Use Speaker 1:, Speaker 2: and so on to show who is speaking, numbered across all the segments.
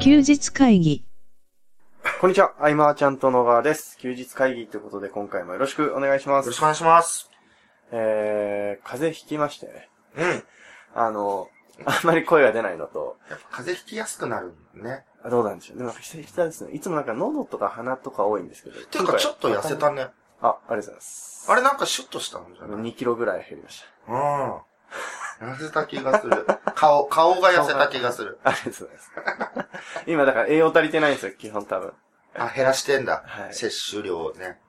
Speaker 1: 日会議。
Speaker 2: こんにちは、アイマーちゃんと野川です。休日会議ということで今回もよろしくお願いしま
Speaker 3: よろ
Speaker 2: す
Speaker 3: しく。お願いします。
Speaker 2: えー、風邪ひきましてね。
Speaker 3: うん。やっ
Speaker 2: あの、あんまり声が出ないのと、
Speaker 3: ぱ風邪ひきやすくなるんだね。
Speaker 2: あどうなんでしょう。でもなんか久々ですね。いつもなんか喉とか鼻とか多いんですけど。
Speaker 3: ていうかちょっと痩せたね。
Speaker 2: あ、ありがとうございます。
Speaker 3: あれなんかシュッとしたんじゃない
Speaker 2: ?2 キロぐらい減りまし
Speaker 3: うん。痩せた気がする。顔、顔が痩せた気がする。
Speaker 2: た。あり がとうございます。今だから栄養足りてないんですよ、基本多分。
Speaker 3: あ、減らしてんだ。
Speaker 2: はい
Speaker 3: 摂取量をね。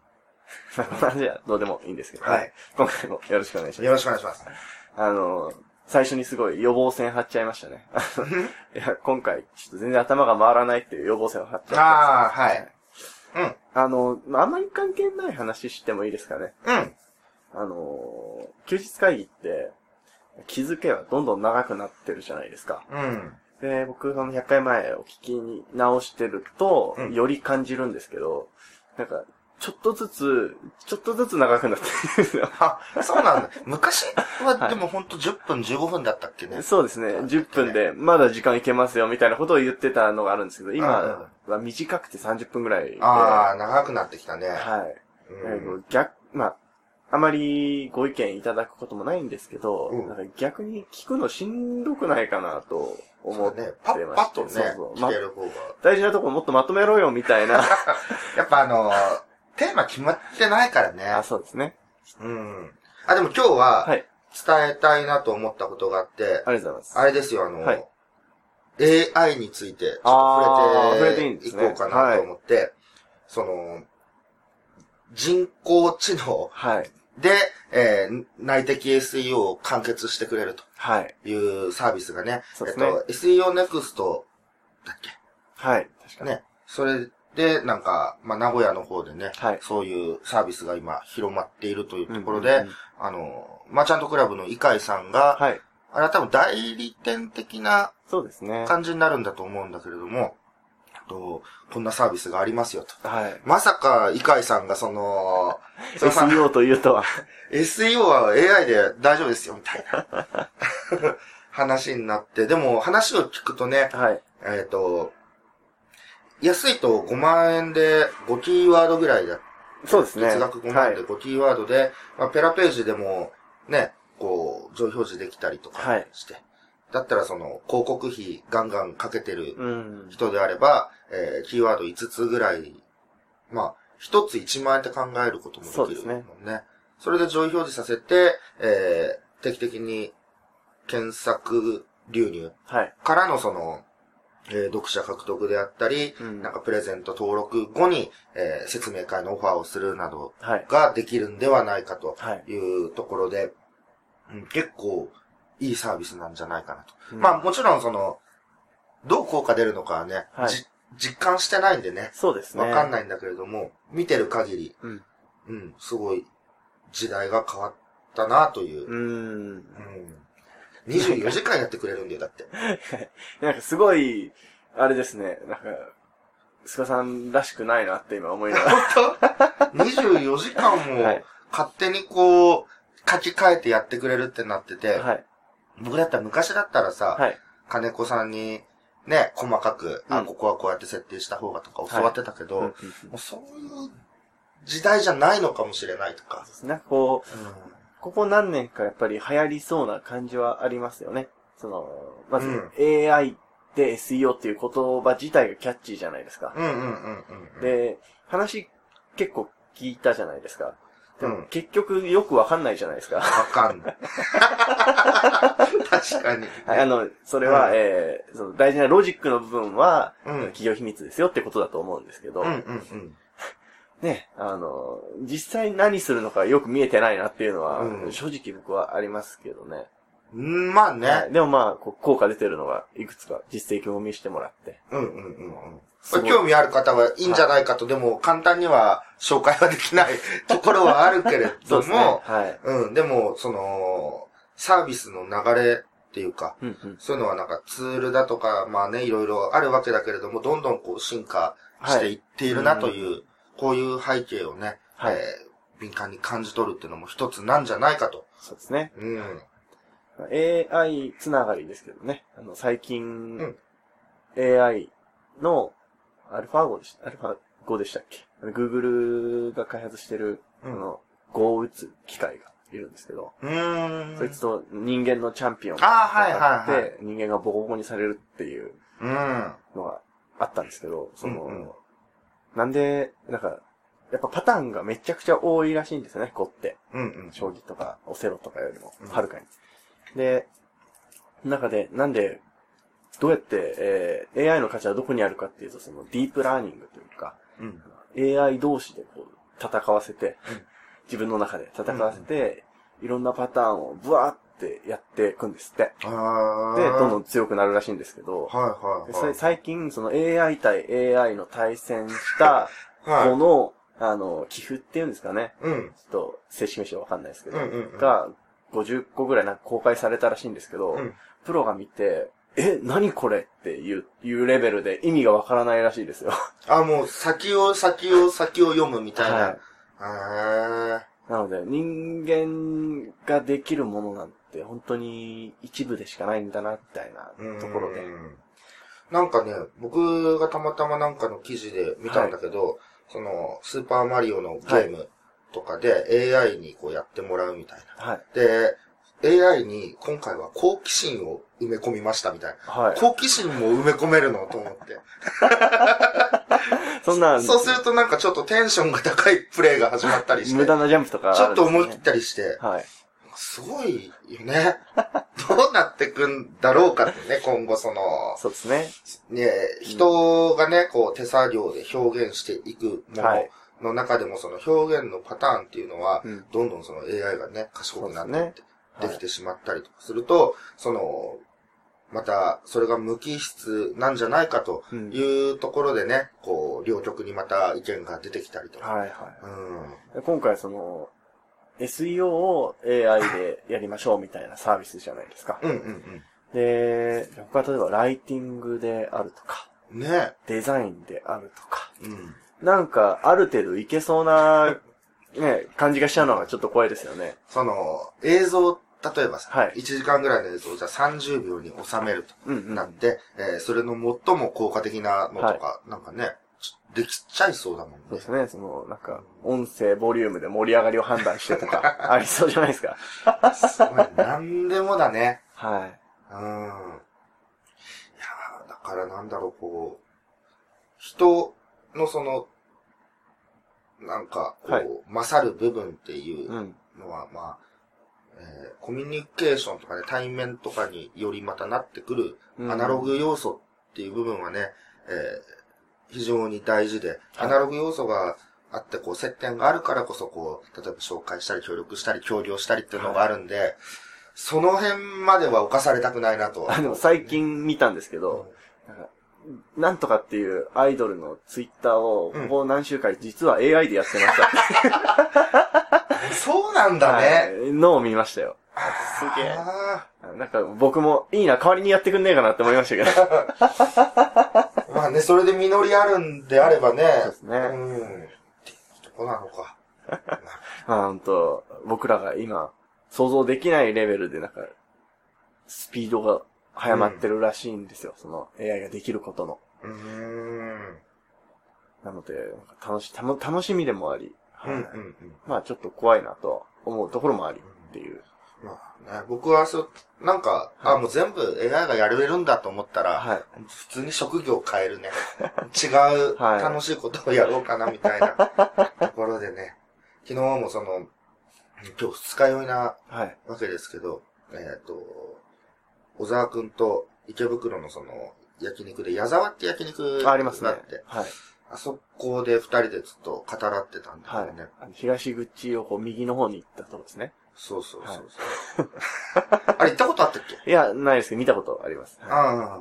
Speaker 2: まあこんな話はどうでもいいんですけど、
Speaker 3: はい。
Speaker 2: 今回もよろしくお願いします。
Speaker 3: よろしくお願いします。
Speaker 2: あの、最初にすごい予防線張っちゃいましたね。あの いや、今回、ちょっと全然頭が回らないっていう予防線を張っちゃっ
Speaker 3: ああ、はい。うん。
Speaker 2: た。あの、まああんまり関係ない話してもいいですかね。
Speaker 3: うん。
Speaker 2: あの、休日会議って、気づけばどんどん長くなってるじゃないですか。
Speaker 3: うん。
Speaker 2: で、僕、その100回前お聞きに直してると、
Speaker 3: うん
Speaker 2: より感じるんですけど、なんか、ちょっとずつ、ちょっとずつ長くなってるん ですよ。
Speaker 3: あ、そうなんだ。昔
Speaker 2: は
Speaker 3: は、
Speaker 2: い
Speaker 3: でもほんと10分、15分だったっけね。
Speaker 2: そうですね。10分で、まだ時間いけますよ、みたいなことを言ってたのがあるんですけど、今は短くて30分ぐらいで。
Speaker 3: ああ、長くなってきたね。
Speaker 2: はい。え
Speaker 3: う
Speaker 2: ー
Speaker 3: ん。
Speaker 2: と逆、まあ、あまりご意見いただくこともないんですけど、
Speaker 3: うん
Speaker 2: なんか逆に聞くのしんどくないかなと思ってまし
Speaker 3: ね
Speaker 2: て、、
Speaker 3: パッパッとね
Speaker 2: そうそ、うま
Speaker 3: 聞ける方が。
Speaker 2: 大事なところもっとまとめろよ、みた いな。
Speaker 3: やっぱあのー、テーマ決まってないからね。
Speaker 2: あ、そうですね。
Speaker 3: うん。あ、でも今日 は、
Speaker 2: はい。
Speaker 3: 伝えたいなと思ったことがあって、
Speaker 2: ありがとうございます。
Speaker 3: あれですよ、あの、
Speaker 2: はい
Speaker 3: AI について、ちょっと
Speaker 2: あー
Speaker 3: 触
Speaker 2: 触
Speaker 3: れ
Speaker 2: れていいん
Speaker 3: て
Speaker 2: で
Speaker 3: い
Speaker 2: すね
Speaker 3: こうかなと思って、その、人工知能
Speaker 2: はい。
Speaker 3: で、えー内的 SEO を完結してくれる
Speaker 2: はい。
Speaker 3: というサービスがね、
Speaker 2: そうですね
Speaker 3: えっと、SEO Next だっ
Speaker 2: はい。確
Speaker 3: け
Speaker 2: かに。
Speaker 3: ね、それで、なんか、まあ、名古屋の方でね、
Speaker 2: はい
Speaker 3: そういうサービスが今広まっているというところで、
Speaker 2: うんうんうん
Speaker 3: あの、マーチャントクラブのイカイさんが、
Speaker 2: はい。
Speaker 3: あれは多分代理店的な
Speaker 2: そうですね。
Speaker 3: 感じになるんだと思うんだけれども、あとこんなサービスがありますよと。
Speaker 2: はい。
Speaker 3: まさか、イカイさんがその、その
Speaker 2: SEO というとは。
Speaker 3: SEO は AI で大丈夫ですよ、みたいな 話になって、でも話を聞くとね、
Speaker 2: はい。
Speaker 3: えっ、と、安いと5万円で5キーワードぐらいだ
Speaker 2: そうですね。
Speaker 3: 月額5万
Speaker 2: はい
Speaker 3: で5キーワードで、まあ、ペラページでも、ね、こう、上表示できたりと
Speaker 2: は
Speaker 3: か
Speaker 2: い
Speaker 3: して、だったらその、広告費ガンガンかけてる
Speaker 2: うん。
Speaker 3: 人であれば、えーキーワード5つぐらい、まあ、1つ1万円って考えることもでき
Speaker 2: そ
Speaker 3: る
Speaker 2: うですね
Speaker 3: もんね。それで上表示させて、えー定期的に検索流入
Speaker 2: はい。
Speaker 3: からのその、えー読者獲得であったり、
Speaker 2: うん
Speaker 3: なんかプレゼント登録後に、えー説明会のオファーをするなど、
Speaker 2: はい。
Speaker 3: ができるんではないかと
Speaker 2: はい。
Speaker 3: いうところで、うん結構いいサービスなんじゃないかなと。
Speaker 2: うん
Speaker 3: まあもちろんその、どう効果出るのかはね、
Speaker 2: はい
Speaker 3: じ実感してないんでね、
Speaker 2: そうですね。
Speaker 3: わかん
Speaker 2: い。
Speaker 3: ないんだけれども、見てる限り、
Speaker 2: うん。
Speaker 3: うん、すごい時代が変わったなという。うん
Speaker 2: うん。
Speaker 3: 24時間やってくれるんだよ、だって。
Speaker 2: なんかすごい、あれですね、なんか、菅さんらしくないなって今思いながら。
Speaker 3: 24時 間
Speaker 2: は
Speaker 3: も
Speaker 2: い
Speaker 3: 勝手にこう、書き換えてやってくれるってなってて、
Speaker 2: はい。
Speaker 3: 僕だったら昔だったらさ、
Speaker 2: はい。
Speaker 3: 金子さんに、ね、細かく、
Speaker 2: う
Speaker 3: あ、
Speaker 2: ん
Speaker 3: ここはこうやって設定した方がとか
Speaker 2: い
Speaker 3: 教わってたけど、
Speaker 2: うんうんうん
Speaker 3: もうそういう時代じゃないのかもしれないとか。
Speaker 2: なんかこう、ここ何年かやっぱり流行りそうな感じはありますよね。その、まず、
Speaker 3: う
Speaker 2: AI で SEO っていう言葉自体がキャッチーじゃないですか。
Speaker 3: うんうんうんうんうん。、
Speaker 2: で、話結構聞いたじゃないですか。で
Speaker 3: う
Speaker 2: も
Speaker 3: ん
Speaker 2: 結局よくわかんないじゃないですか。
Speaker 3: わかん ない。確かに。
Speaker 2: はい、あの、それは、
Speaker 3: うん
Speaker 2: えーその大事なロジックの部分は、
Speaker 3: うん
Speaker 2: 企業秘密ですよってことだと思うんですけど、
Speaker 3: うんうんうん。
Speaker 2: ね、あの、実際何するのかよく見えてないなっていうのは、
Speaker 3: うん
Speaker 2: 正直僕はありますけどね。
Speaker 3: うんまあね。
Speaker 2: はいでもまあ、こう効果出てるのが、いくつか実績も見せてもらって。
Speaker 3: うんうんうんうん。
Speaker 2: すごい
Speaker 3: 興味ある方はいいんじゃないかと、でも簡単には紹介はできないところはあるけれども、
Speaker 2: はい。
Speaker 3: うん、でも、その、サービスの流れっていうか、
Speaker 2: うんうん。
Speaker 3: そういうのはなんかツールだとか、まあね、いろいろあるわけだけれども、どんどんこう進化していっているなという、こういう背景をね、
Speaker 2: はい
Speaker 3: えー敏感に感じ取るっていうのも一つなんじゃないかと。
Speaker 2: そうですね。
Speaker 3: うん。
Speaker 2: AI つながりですけどね。あの、最近、
Speaker 3: うん
Speaker 2: AI の、アルファ5でした、アルファ5でしたっけあの ?Google が開発してる、
Speaker 3: う
Speaker 2: あ
Speaker 3: ん
Speaker 2: の、5を打つ機械がいるんですけど、
Speaker 3: うーん。
Speaker 2: そいつと人間のチャンピオン
Speaker 3: あーはいはいはい
Speaker 2: で、人間がボコボコにされるっていう
Speaker 3: うん。
Speaker 2: のがあったんですけど、その、
Speaker 3: うんうん
Speaker 2: なんで、なんか、やっぱパターンがめちゃくちゃ多いらしいんですよね、5って。
Speaker 3: うんうん。
Speaker 2: 将棋とか、オセロとかよりも
Speaker 3: うん、
Speaker 2: はるかに。で、中で、なんで、どうやって、えー AI の価値はどこにあるかっていうと、その、ディープラーニングというか、
Speaker 3: うん。
Speaker 2: AI 同士でこう、戦わせて、自分の中で戦わせて、いろんなパターンをブワーってやっていくんですって。
Speaker 3: あー
Speaker 2: で、どんどん強くなるらしいんですけど、
Speaker 3: はい
Speaker 2: で
Speaker 3: はいは
Speaker 2: さ
Speaker 3: い。
Speaker 2: 最近、その AI 対 AI の対戦した、
Speaker 3: は
Speaker 2: こ
Speaker 3: い。
Speaker 2: の、あの、寄付っていうんですかね。
Speaker 3: うん。
Speaker 2: ちょっと、正式名称わかんないですけど、
Speaker 3: うんうんうん
Speaker 2: が、50個ぐらいなんか公開されたらしいんですけど、
Speaker 3: うん
Speaker 2: プロが見て、え、何これっていう、いうレベルで意味がわからないらしいですよ。
Speaker 3: あ、もう先を先を先を読むみたいな。
Speaker 2: は
Speaker 3: へー
Speaker 2: い。なので、人間ができるものなんて、本当に一部でしかないんだな、みたいなところで。
Speaker 3: うんなんかね、僕がたまたまなんかの記事で見たんだけど、その、スーパーマリオのゲームとかで AI にこうやってもらうみたいな。
Speaker 2: はい。
Speaker 3: で、AI に今回は好奇心を埋め込みましたみたい
Speaker 2: は
Speaker 3: な。好奇心も埋め込めるのと思って。
Speaker 2: い。そんな、
Speaker 3: そうするとなんかちょっとテンションが高いプレイが始まったりして、
Speaker 2: 無
Speaker 3: ち
Speaker 2: 駄なジャンプとかある
Speaker 3: ょっ
Speaker 2: んです
Speaker 3: と
Speaker 2: よね、
Speaker 3: 思い切ったりして、
Speaker 2: はい。
Speaker 3: すごいよ ね。どうなってくんだろうかってね、今後その、
Speaker 2: そうですね。
Speaker 3: ね、人がね、こう手作業で表現していくも
Speaker 2: はい
Speaker 3: のの中でもその表現のパターンっていうのは
Speaker 2: うん、
Speaker 3: どんどんその AI がね、賢くなって
Speaker 2: そうで
Speaker 3: い
Speaker 2: す
Speaker 3: って、
Speaker 2: はい
Speaker 3: できてしまったりとかすると、その、また、それが無機質なんじゃないかと
Speaker 2: うん
Speaker 3: いうところでね、こう、両極にまた意見が出てきたりとか。
Speaker 2: はいはい。
Speaker 3: うん。
Speaker 2: で今回その、SEO を AI でやりましょうみたいなサービスじゃないですか。
Speaker 3: うんうん
Speaker 2: で、僕は例えばライティングであるとか、
Speaker 3: うん。ね
Speaker 2: デザインであるとか、
Speaker 3: うん。
Speaker 2: なんかある程度いけそうな、ね、感じがしちゃうのがちょっと怖いですよね。
Speaker 3: その、映像、例えばさ、
Speaker 2: はい
Speaker 3: 1時間ぐらいの映像をじゃあ30秒に収めると。
Speaker 2: うんうん。
Speaker 3: なんで、えーそれの最も効果的なのとか、なんかね、ちできちゃいそうだもん
Speaker 2: そう
Speaker 3: ね
Speaker 2: で。すね。その、なんか、音声、ボリュームで盛り上がりを判断してとか、ありそうじゃないですか。
Speaker 3: すごい。なんでもだね。
Speaker 2: はい。
Speaker 3: うん。いやーだからなんだろう、こう、人のその、なんか、こう、
Speaker 2: はい
Speaker 3: 勝る部分っていう
Speaker 2: うん。
Speaker 3: のは、まあ、えーコミュニケーションとかね、対面とかによりまたなってくる、
Speaker 2: うん
Speaker 3: アナログ要素っていう部分はね、えー非常に大事で、
Speaker 2: はい
Speaker 3: アナログ要素があって、こう、接点があるからこそ、こう、例えば紹介したり、協力したり、協業したりっていうのがあるんで、その辺までは犯されたくないなと。
Speaker 2: あ、でも最近見たんですけ
Speaker 3: うん
Speaker 2: ど、なんとかっていうアイドルのツイッターを、
Speaker 3: うん
Speaker 2: ここ何週間実は AI でやってま した。
Speaker 3: そうなんだね。
Speaker 2: はいのを見ましたよ。すげえ。
Speaker 3: あ
Speaker 2: なんか僕もいいな、代わりにやってくんねえかなって思いましたけど。
Speaker 3: ーまあね、それで実りあるんであればね。
Speaker 2: そうですね
Speaker 3: うん。っていうとこなのか。
Speaker 2: まあほんと、僕らが今、想像できないレベルでなんか、スピードが早まってるらしいんですよ。その AI ができることの。
Speaker 3: うーん。
Speaker 2: なので、なんか楽し、たの楽しみでもあり、
Speaker 3: う
Speaker 2: は
Speaker 3: ん
Speaker 2: い
Speaker 3: うんうん。
Speaker 2: まあちょっと怖いなと思うところもありっていう。
Speaker 3: まあね、僕はそう、なんか、あ、もう全部 AI がやれるんだと思ったら、
Speaker 2: はい。
Speaker 3: 普通に職業変え るね。違う、
Speaker 2: はい
Speaker 3: 楽しいことをやろうかな、みたいなところでね。昨日もその、今日二日酔いな
Speaker 2: はい。
Speaker 3: わけですけど、えっ、と、小沢くんと池袋のその、焼肉で、矢沢って焼肉
Speaker 2: あありますね
Speaker 3: がって。
Speaker 2: はい。
Speaker 3: あそこで二人でずっと語らってたんだ
Speaker 2: は
Speaker 3: よ
Speaker 2: い
Speaker 3: ね。。
Speaker 2: あの東口をこう右の方に行ったとこですね。
Speaker 3: そうそうそうそう。 あれ行ったことあったっけ
Speaker 2: いや、ないですけど、見たことあります。はい
Speaker 3: あ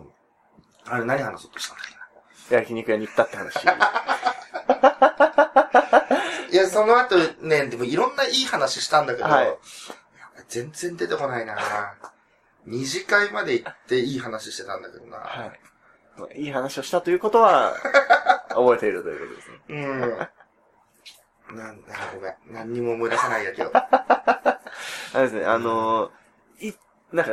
Speaker 3: あ。あれ何話そうとしたんだっ
Speaker 2: 焼肉屋に行ったって 話。
Speaker 3: けいや、その後ね、でもいろんないい話したんだけど、
Speaker 2: はい
Speaker 3: 全然出てこないな二次会まで行っていい話してたんだけどな、
Speaker 2: はい。いい話をしたということ は、覚えているということですね。
Speaker 3: うん。なんだ、ごめん。何にも思い出さないやけど。
Speaker 2: あれですね、あのーい、なんか、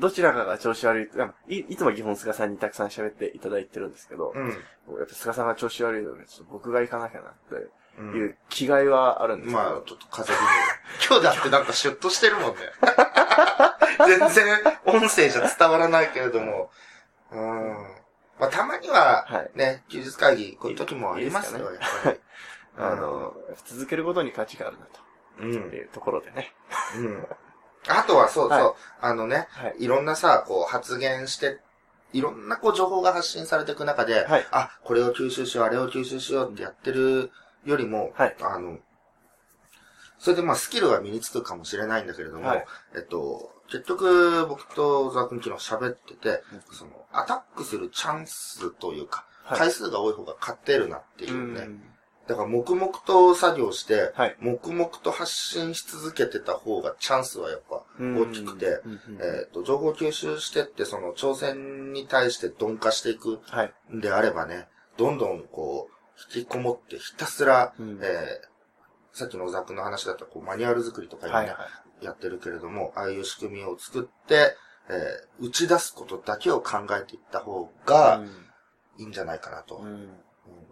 Speaker 2: どちらかが調子悪いと、あいいつも基本菅さんにたくさん喋っていただいてるんですけど、
Speaker 3: うん。
Speaker 2: やっぱ菅さんが調子悪いので、ちょっと僕が行かなきゃなっ
Speaker 3: う
Speaker 2: てい
Speaker 3: ん、
Speaker 2: う気概はあるんですけど、
Speaker 3: まあ、ちょっと風邪気味。今日だってなんかシュッとしてるも んね。全然音声じゃ伝わらないけれども。うん。まあ、たまには
Speaker 2: はい、
Speaker 3: ね、休日会議、こういう時もありますよ、
Speaker 2: いい
Speaker 3: やっぱり。
Speaker 2: あの、続けることに価値があるな
Speaker 3: う
Speaker 2: と、って
Speaker 3: ん。
Speaker 2: いうところでね。
Speaker 3: うん。あとはそうそう、
Speaker 2: はい
Speaker 3: あのね、
Speaker 2: はい。
Speaker 3: いろんなさ、こう発言して、いろんなこう情報が発信されていく中で、
Speaker 2: はい
Speaker 3: あ、これを吸収しよう、あれを吸収しようってやってるよりも、
Speaker 2: はい
Speaker 3: あの、それでまあスキルは身につくかもしれないんだけれども、
Speaker 2: はい
Speaker 3: えっと、結局僕と小沢君昨日喋ってて、その、アタックするチャンスというか、
Speaker 2: はい
Speaker 3: 回数が多い方が勝てるなっていううね。
Speaker 2: ん
Speaker 3: だから黙々と作業して、
Speaker 2: はい
Speaker 3: 黙々と発信し続けてた方がチャンスはやっぱ大きくて、
Speaker 2: うんうん
Speaker 3: えっ、と、情報を吸収してって、その挑戦に対して鈍化していく
Speaker 2: はい。
Speaker 3: んであればね、どんどんこう、引きこもってひたすら、
Speaker 2: うん
Speaker 3: えーさっきの小沢君の話だったらこうマニュアル作りとか今
Speaker 2: はい
Speaker 3: ね、
Speaker 2: は
Speaker 3: やってるけれども、ああいう仕組みを作って、えー打ち出すことだけを考えていった方
Speaker 2: い。
Speaker 3: が
Speaker 2: うん
Speaker 3: いいんじゃないかなと。
Speaker 2: うん
Speaker 3: うん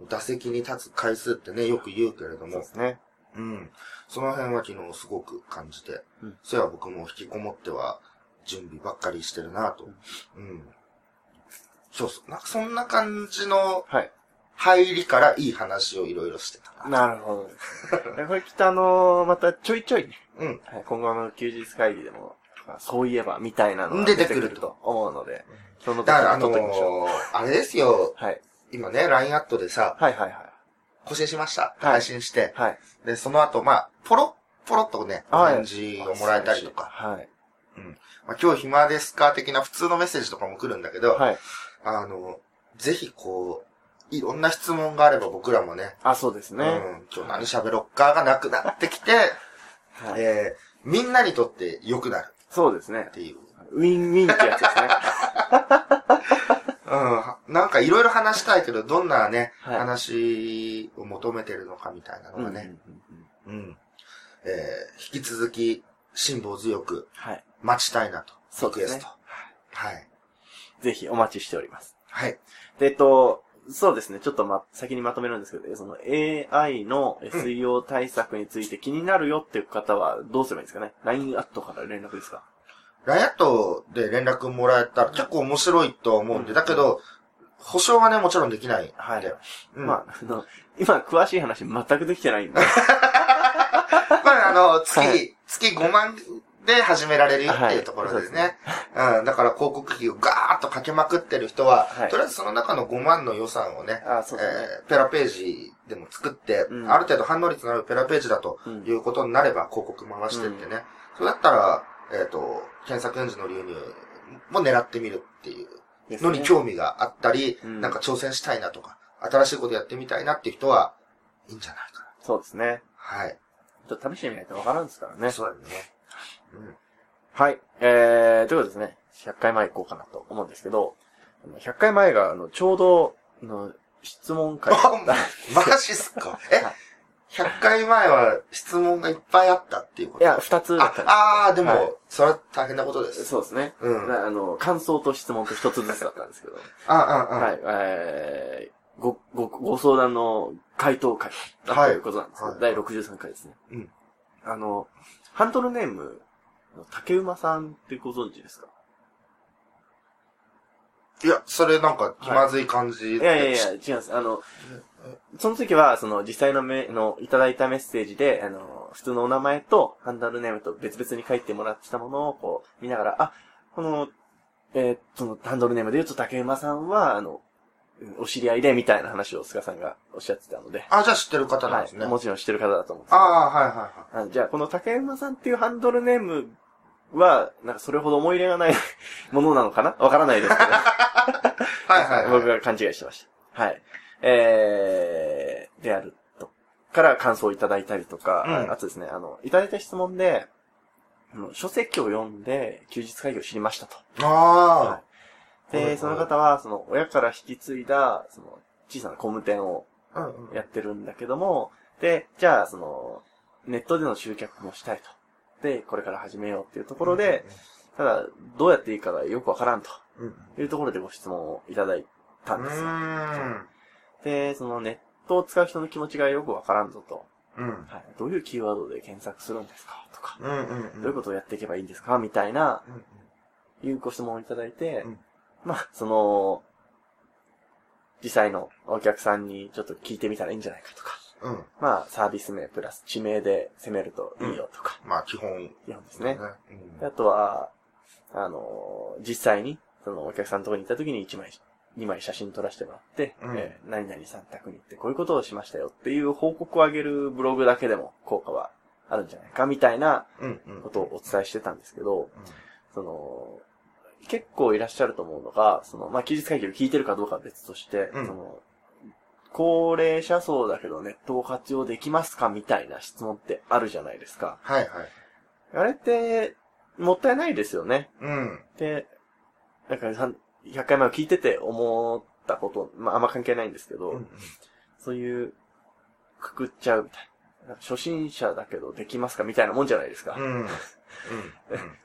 Speaker 3: 打席に立つ回数ってね、よく言うけれど
Speaker 2: そう
Speaker 3: も
Speaker 2: で、すね。
Speaker 3: うん。その辺は昨日すごく感じて、
Speaker 2: うん
Speaker 3: それは僕も引きこもっては準備ばっかりしてるなと。うん。そうそう。なんかそんな感じの
Speaker 2: はい。
Speaker 3: 入りからいい話をいろいろしてたな。
Speaker 2: なるほ ど。これきっとあのー、またちょいちょいね、
Speaker 3: うん。
Speaker 2: はい今後の休日会議でも、そういえば、みたいなのが
Speaker 3: 出
Speaker 2: 出
Speaker 3: て
Speaker 2: て
Speaker 3: く
Speaker 2: く
Speaker 3: る
Speaker 2: ると思うので、その
Speaker 3: だ
Speaker 2: 時
Speaker 3: からあ
Speaker 2: に
Speaker 3: の
Speaker 2: 撮っときましょう。
Speaker 3: ーあれですよ。
Speaker 2: はい。
Speaker 3: 今ね、LINE アットでさ、
Speaker 2: はいはいは
Speaker 3: 更新しました。
Speaker 2: はい
Speaker 3: 配信して。
Speaker 2: い。はい。
Speaker 3: で、その後、まあ、ポロッポロッとね、お
Speaker 2: はい
Speaker 3: 返事をもらえたりとか、
Speaker 2: はい。
Speaker 3: まあ、今日暇ですか的な普通のメッセージとかも来るんだけど、
Speaker 2: はい。
Speaker 3: あの、ぜひこう、いろんな質問があれば僕らもね、
Speaker 2: あ、そうですね。
Speaker 3: うん、今日何喋ろっかがなくなってきて、
Speaker 2: はい。
Speaker 3: えー、みんなにとって良くなる
Speaker 2: そうですね
Speaker 3: っ。ていう。
Speaker 2: ウィンウィンってやつ ですね。
Speaker 3: うん、なんかいろいろ話したいけど、どんなね、
Speaker 2: はい
Speaker 3: 話を求めてるのかみたいなのがね、
Speaker 2: うんうんうんうん
Speaker 3: うんえー、引き続き辛抱強く
Speaker 2: はい。
Speaker 3: 待ちたいなと。
Speaker 2: そうですね
Speaker 3: リクエストはい。
Speaker 2: ぜひお待ちしております。
Speaker 3: はい。
Speaker 2: で、えっと、そうですね。ちょっとま、先にまとめるんですけど、その AI の SEO 対策について気になるよっていう方はどうすればいいんですかね ?LINE アットから連絡ですか
Speaker 3: ライアットで連絡もらえたら結構面白いと思うんで、だけど、保証はね、もちろんできないんで。
Speaker 2: はい
Speaker 3: うん
Speaker 2: まあ、あの、今詳しい話全くできてないんで。
Speaker 3: まあ、あの、月、
Speaker 2: はい
Speaker 3: 月5万で始められるよって
Speaker 2: はいいう
Speaker 3: ところですね。うん、だから広告費をガーッとかけまくってる人は、
Speaker 2: はい
Speaker 3: とりあえずその中の5万の予算をね、
Speaker 2: あ、そうですね。
Speaker 3: えーペラページでも作って、
Speaker 2: うん
Speaker 3: ある程度反応率のあるペラページだと
Speaker 2: うん
Speaker 3: いうことになれば広告回してってね。そうだったら、えっ、と、検索エンジンの流入も狙ってみるっていう
Speaker 2: ですね
Speaker 3: のに興味があったり、
Speaker 2: うん
Speaker 3: なんか挑戦したいなとか、新しいことやってみたいなっていう人は、いいんじゃないかな。
Speaker 2: そうですね。
Speaker 3: はい。
Speaker 2: ちょっと試してみないとわからんですからね。
Speaker 3: そうだね。うん。
Speaker 2: はい。えー、ということですね。100回前行こうかなと思うんですけど、あの100回前が、あの、ちょうど、あの、質問会だった。
Speaker 3: マジっす かえ ?100 回前は質問がいっぱいあったっていう
Speaker 2: い
Speaker 3: こと
Speaker 2: や、二つだったんです
Speaker 3: あ、あー、でも、
Speaker 2: はい
Speaker 3: それは大変なことで
Speaker 2: けど
Speaker 3: す。
Speaker 2: そうですね。
Speaker 3: うん。あ、
Speaker 2: なあの、感想と質問と一つずつだったんですけ ど。
Speaker 3: あ、あ、
Speaker 2: はい。えー、ご、ご、ご相談の回答会だ
Speaker 3: はい
Speaker 2: ということなんですけど、
Speaker 3: はい
Speaker 2: 第63回ですね。
Speaker 3: うん。
Speaker 2: あの、ハンドルネーム、竹馬さんってご存知ですか
Speaker 3: いや、それなんか気まずい感じ
Speaker 2: いやいやいや、違うんです。あの、その時は、その、実際のめ、あの、いただいたメッセージで、あの、普通のお名前と、ハンダルネームと別々に書いてもらってたものを、こう、見ながら、あ、この、えーその、ハンドルネームで言うと、竹馬さんは、あの、うんお知り合いで、みたいな話を菅さんがおっしゃってたので、
Speaker 3: あ、じゃあ知ってる方なん
Speaker 2: は
Speaker 3: です
Speaker 2: い。
Speaker 3: ね。
Speaker 2: もちろん知ってる方だと思うんですけ
Speaker 3: あ
Speaker 2: ど
Speaker 3: あ、はいはいはい。
Speaker 2: あじゃあ、この竹山さんっていうハンドルネームは、なんかそれほど思い入れがない ものなのかなわからないですけど。
Speaker 3: はいはいはい。
Speaker 2: 僕が勘違いしてました。はい。えー、であると。から感想をいただいたりとか、
Speaker 3: うん
Speaker 2: あとですね、あの、いただいた質問で、あの書籍を読んで休日会議を知りましたと。
Speaker 3: あ
Speaker 2: で、
Speaker 3: はいはい
Speaker 2: その方は、その、親から引き継いだ、その、小さな工務店を
Speaker 3: あ、うんうん。
Speaker 2: やってるんだけども、で、じゃあ、その、ネットでの集客もしたいと。で、これから始めようっていうところで、、ただ、どうやっていいかがよくわからんと
Speaker 3: うん。う
Speaker 2: いうところでご質問をいただいたんですよ。
Speaker 3: ーん。
Speaker 2: で、そのネットを使う人の気持ちがよくわからんぞと、
Speaker 3: うん。
Speaker 2: はい、どういうキーワードで検索するんですかとか、
Speaker 3: うんうんうん。
Speaker 2: どういうことをやっていけばいいんですかみたいな、
Speaker 3: うんうん
Speaker 2: いうご質問をいただいて、
Speaker 3: うん
Speaker 2: まあ、その、実際のお客さんにちょっと聞いてみたらいいんじゃないかとか、
Speaker 3: うん。
Speaker 2: まあ、サービス名プラス地名で攻めるといいよとか、
Speaker 3: まあ、基本。
Speaker 2: いう本ですね。
Speaker 3: うん
Speaker 2: であとは、あのー実際に、そのお客さんのところに行った時に1枚、2枚写真撮らせてもらって、
Speaker 3: うん
Speaker 2: えー何々さん宅に行ってこういうことをしましたよっていう報告をあげるブログだけでも効果はあるんじゃないかみたいな
Speaker 3: うんうん。
Speaker 2: ことをお伝えしてたんですけど、その、結構いらっしゃると思うのが、その、まあ、休日会議を聞いてるかどうかは別として、
Speaker 3: うん
Speaker 2: その、高齢者層だけどネットを活用できますかみたいな質問ってあるじゃないですか。
Speaker 3: はいはい。
Speaker 2: あれって、もったいないですよね。
Speaker 3: うん。
Speaker 2: で、なんかさん100回前を聞いてて思ったこと、まあ、あんま関係ないんですけど、
Speaker 3: うん
Speaker 2: そういう、くくっちゃうみたいな。なんか初心者だけどできますかみたいなもんじゃないですか。
Speaker 3: うん。うん。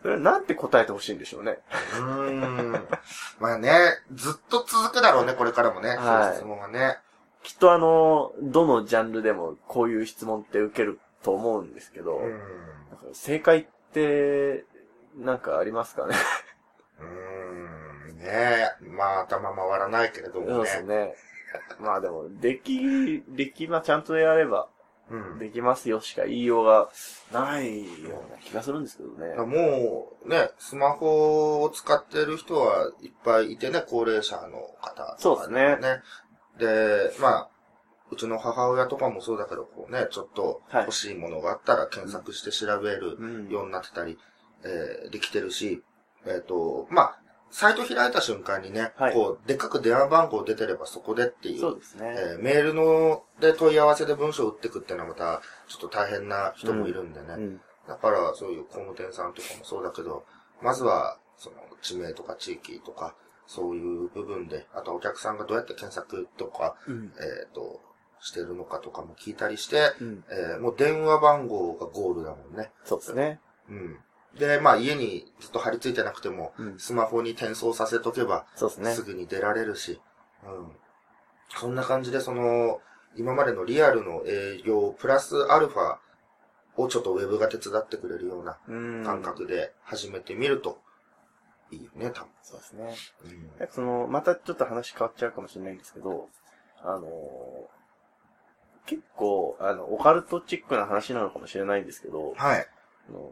Speaker 2: それなんて答えてほしいんでしょうね。
Speaker 3: うん。うんまあね、ずっと続くだろうね、これからもね。
Speaker 2: はい
Speaker 3: そういう質問はね。
Speaker 2: きっとあの、どのジャンルでもこういう質問って受けると思うんですけど、
Speaker 3: うん。
Speaker 2: なんか正解って、なんかありますかね。
Speaker 3: うん。ねえ。まあ、頭回らないけれど
Speaker 2: そう
Speaker 3: も
Speaker 2: です
Speaker 3: ね。
Speaker 2: ね。まあでも、でき、でき、まあちゃんとやれば、
Speaker 3: うん。
Speaker 2: できますよしか言いようがないような気がするんですけどね。
Speaker 3: もう、ね、スマホを使ってる人はいっぱいいてね、高齢者の方とか、
Speaker 2: そうですね
Speaker 3: ね。で、まあ、うちの母親とかもそうだけど、こうね、ちょっと
Speaker 2: はい
Speaker 3: 欲しいものがあったら検索して調べる
Speaker 2: うん。
Speaker 3: ようになってたり、えーできてるし、えっ、と、まあ、サイト開いた瞬間にね、
Speaker 2: はい
Speaker 3: こう、でっかく電話番号出てればそこでっていう、
Speaker 2: そうですね。
Speaker 3: えーメールので問い合わせで文章を打ってくっていうのはまた、ちょっと大変な人もいるんでね。
Speaker 2: うん。
Speaker 3: だから、そういう工務店さんとかもそうだけど、まずは、その、地名とか地域とか、そういう部分で、あとお客さんがどうやって検索とか、
Speaker 2: うん。
Speaker 3: えっ、と、してるのかとかも聞いたりして、
Speaker 2: うん。
Speaker 3: えーもう電話番号がゴールだもんね。
Speaker 2: そうですね。
Speaker 3: うん。で、まあ家にずっと張り付いてなくても、
Speaker 2: うん。
Speaker 3: スマホに転送させとけば、
Speaker 2: そうですね。
Speaker 3: すぐに出られるし、うん。そんな感じで、その、今までのリアルの営業プラスアルファをちょっとウェブが手伝ってくれるような
Speaker 2: うん。
Speaker 3: 感覚で始めてみると、いいよね、多分。
Speaker 2: そうですね。
Speaker 3: うん
Speaker 2: なんかその、またちょっと話変わっちゃうかもしれないんですけど、あのー結構、あの、オカルトチックな話なのかもしれないんですけど、
Speaker 3: はい。
Speaker 2: あの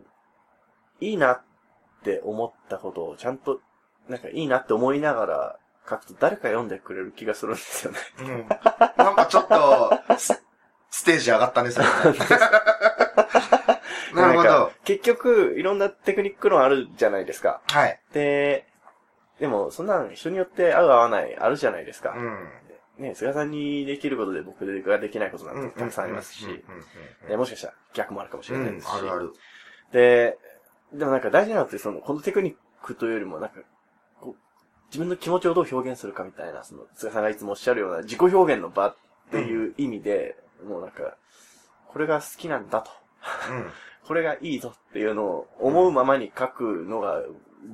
Speaker 2: いいなって思ったことをちゃんと、なんかいいなって思いながら書くと誰か読んでくれる気がするんですよね。
Speaker 3: うん。なんかちょっと、スステージ上がった ね、それ。なるほ
Speaker 2: ん
Speaker 3: ど
Speaker 2: か。結局、いろんなテクニック論あるじゃないですか。
Speaker 3: はい。
Speaker 2: で、でも、そんなん人によって合う合わないあるじゃないですか。
Speaker 3: うん。
Speaker 2: ね、菅さんにできることで僕ができないことなんてたくさんありますし、
Speaker 3: うんうん
Speaker 2: えもしかしたら逆もあるかもし
Speaker 3: う
Speaker 2: れ
Speaker 3: ん
Speaker 2: な
Speaker 3: う
Speaker 2: い
Speaker 3: んう
Speaker 2: で
Speaker 3: ん
Speaker 2: すし。
Speaker 3: あるある。
Speaker 2: で、でもなんか大事なのって、その、このテクニックというよりも、なんか、こう、自分の気持ちをどう表現するかみたいな、その、菅さんがいつもおっしゃるような自己表現の場っていう意味で、もうなんか、これが好きなんだと。これがいいぞっていうのを思うままに書くのが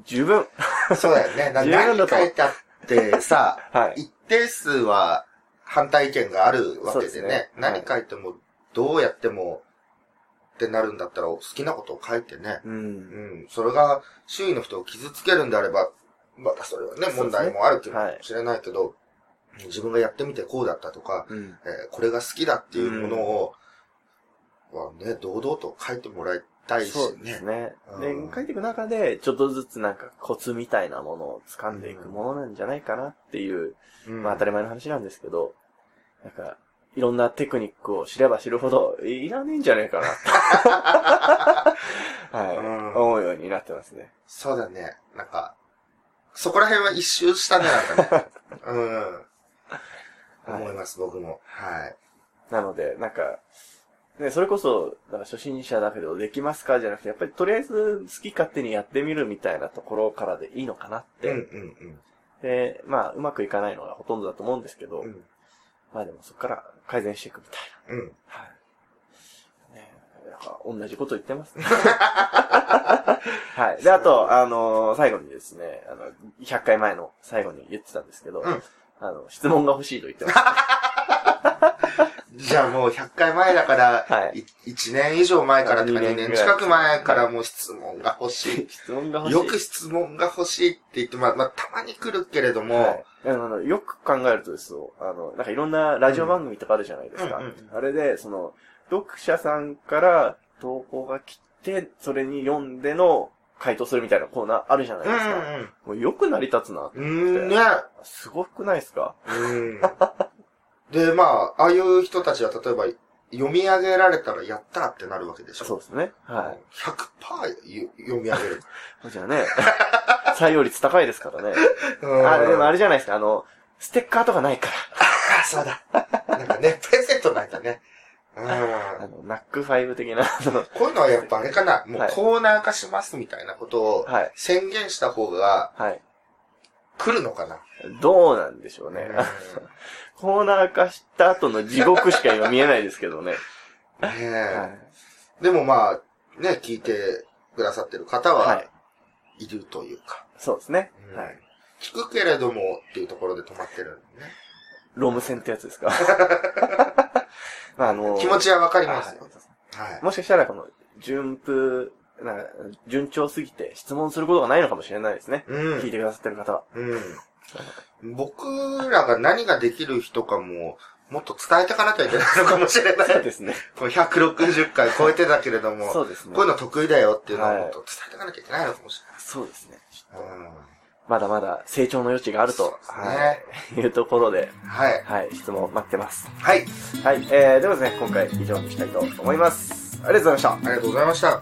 Speaker 2: 十分。
Speaker 3: うん。そうだ よね。な
Speaker 2: 十分だ
Speaker 3: 何
Speaker 2: と
Speaker 3: 書いたってさ、
Speaker 2: はい。
Speaker 3: 一定数は反対意見があるわ
Speaker 2: そ
Speaker 3: けで
Speaker 2: うです
Speaker 3: ね。
Speaker 2: ね
Speaker 3: 何書いても、どうやっても、ってなるんだったら、好きなことを書いてね。
Speaker 2: う。
Speaker 3: うんん、それが周囲の人を傷つけるんであれば、またそれはね、問題もあるかもしれないけど、自分がやってみてこうだったとか、
Speaker 2: うん。
Speaker 3: えーこれが好きだっていうものを、はね、堂々と書いてもらいたいし
Speaker 2: そうで
Speaker 3: ね
Speaker 2: す。ね。
Speaker 3: う
Speaker 2: で
Speaker 3: ん、
Speaker 2: 書いていく中で、ちょっとずつなんかコツみたいなものを掴んでいくものなんじゃないかなっていう
Speaker 3: うん
Speaker 2: まあ当たり前の話なんですけど、なんか、いろんなテクニックを知れば知るほど、いいらねえんじゃねえかな。 はい、
Speaker 3: うん
Speaker 2: 思うようになってますね。
Speaker 3: そうだね。なんか、そこら辺は一周したね、な んかね。うん。
Speaker 2: はい
Speaker 3: 思います、僕も。はい。
Speaker 2: なので、なんか、ね、それこそ、なんか初心者だけどできますかじゃなくて、やっぱりとりあえず好き勝手にやってみるみたいなところからでいいのかなっ
Speaker 3: うん
Speaker 2: て。
Speaker 3: うん
Speaker 2: で、まあ、うまくいかないのがほとんどだと思うんですけど、
Speaker 3: うん。うん。
Speaker 2: まあでもそこから改善していくみたい
Speaker 3: うん。
Speaker 2: な。はい。ね、なんか同じこと言ってますね。はい。で、あと、あのー最後にですね、あの、100回前の最後に言ってたんですけど、
Speaker 3: うん
Speaker 2: あの、質問が欲しいと言ってました。
Speaker 3: じゃあもう100回前だから、
Speaker 2: はい
Speaker 3: 1年以上前からとか
Speaker 2: 二年
Speaker 3: 2
Speaker 2: ぐらい
Speaker 3: 年近く前からもう質問が欲し
Speaker 2: 質問が
Speaker 3: い。
Speaker 2: 欲しい。
Speaker 3: よく質問が欲しいって言って、まあ、まあ、たまに来るけれども、
Speaker 2: はいあのあのよく考えるとですよ、あの、なんかいろんなラジオ番組とかあるじゃないですか。
Speaker 3: うんうんうん
Speaker 2: あれで、その、読者さんから投稿が来て、それに読んでの回答するみたいなコーナーあるじゃないですか。もうよく成り立つな。
Speaker 3: うんうんうん。うん、ね。
Speaker 2: すごくないですか
Speaker 3: うん。で、まあ、ああいう人たちは例えば、読み上げられたらやったらってなるわけでしょ。
Speaker 2: そうですね。は
Speaker 3: 100%ゆ読み上げる。
Speaker 2: い。じゃあね、 採用率高いですからね。
Speaker 3: うん
Speaker 2: あ、でもあれじゃないですか、あの、ステッカーとかないか
Speaker 3: あ、そうだ。なんかね、プレゼントなんかね。うん。
Speaker 2: ら。あの、ナックファイブ的な、あの
Speaker 3: こういうのはやっぱあれかな、もう
Speaker 2: はい
Speaker 3: コーナー化しますみたいなことを
Speaker 2: はい。
Speaker 3: 宣言した方が
Speaker 2: はい。
Speaker 3: 来るのかな。
Speaker 2: どうなんでしょうね。
Speaker 3: う
Speaker 2: コーナー化した後の地獄しか今見えないですけ どね。
Speaker 3: んねえ。
Speaker 2: は
Speaker 3: でもまあ、ね、聞いてくださってる方
Speaker 2: い。は。
Speaker 3: はいいるというか。
Speaker 2: そうですね。
Speaker 3: うん
Speaker 2: はい。
Speaker 3: 聞くけれどもっていうところで止まってるんでね。
Speaker 2: ロム線ってやつ ですか。まあ、あの
Speaker 3: 気持ちはわか
Speaker 2: あ
Speaker 3: りますよ。はい。
Speaker 2: もしかしたら、この、順風、な順調すぎて質問することがないのかもしれないですね。
Speaker 3: う
Speaker 2: 聞いて
Speaker 3: ん。
Speaker 2: くださってる方は。
Speaker 3: うん。僕らが何ができる人かも、もっと伝えていかなきゃいけないのかもしれな
Speaker 2: そう
Speaker 3: い。
Speaker 2: ですね。
Speaker 3: こう160回超えてたけれども、
Speaker 2: そうですね
Speaker 3: こう。いうの得意だよっていうのをもっと伝えていかなきゃいけないのかもし
Speaker 2: そうですね。
Speaker 3: れない。うん
Speaker 2: まだまだ成長の余地があると、
Speaker 3: そうですね
Speaker 2: はい、いうところで、
Speaker 3: はい。
Speaker 2: はい、質問待ってます。
Speaker 3: はい。
Speaker 2: はい、えー、ではですね、今回以上にしたいと思います。ありがとうございました
Speaker 3: あ。りがとうございました。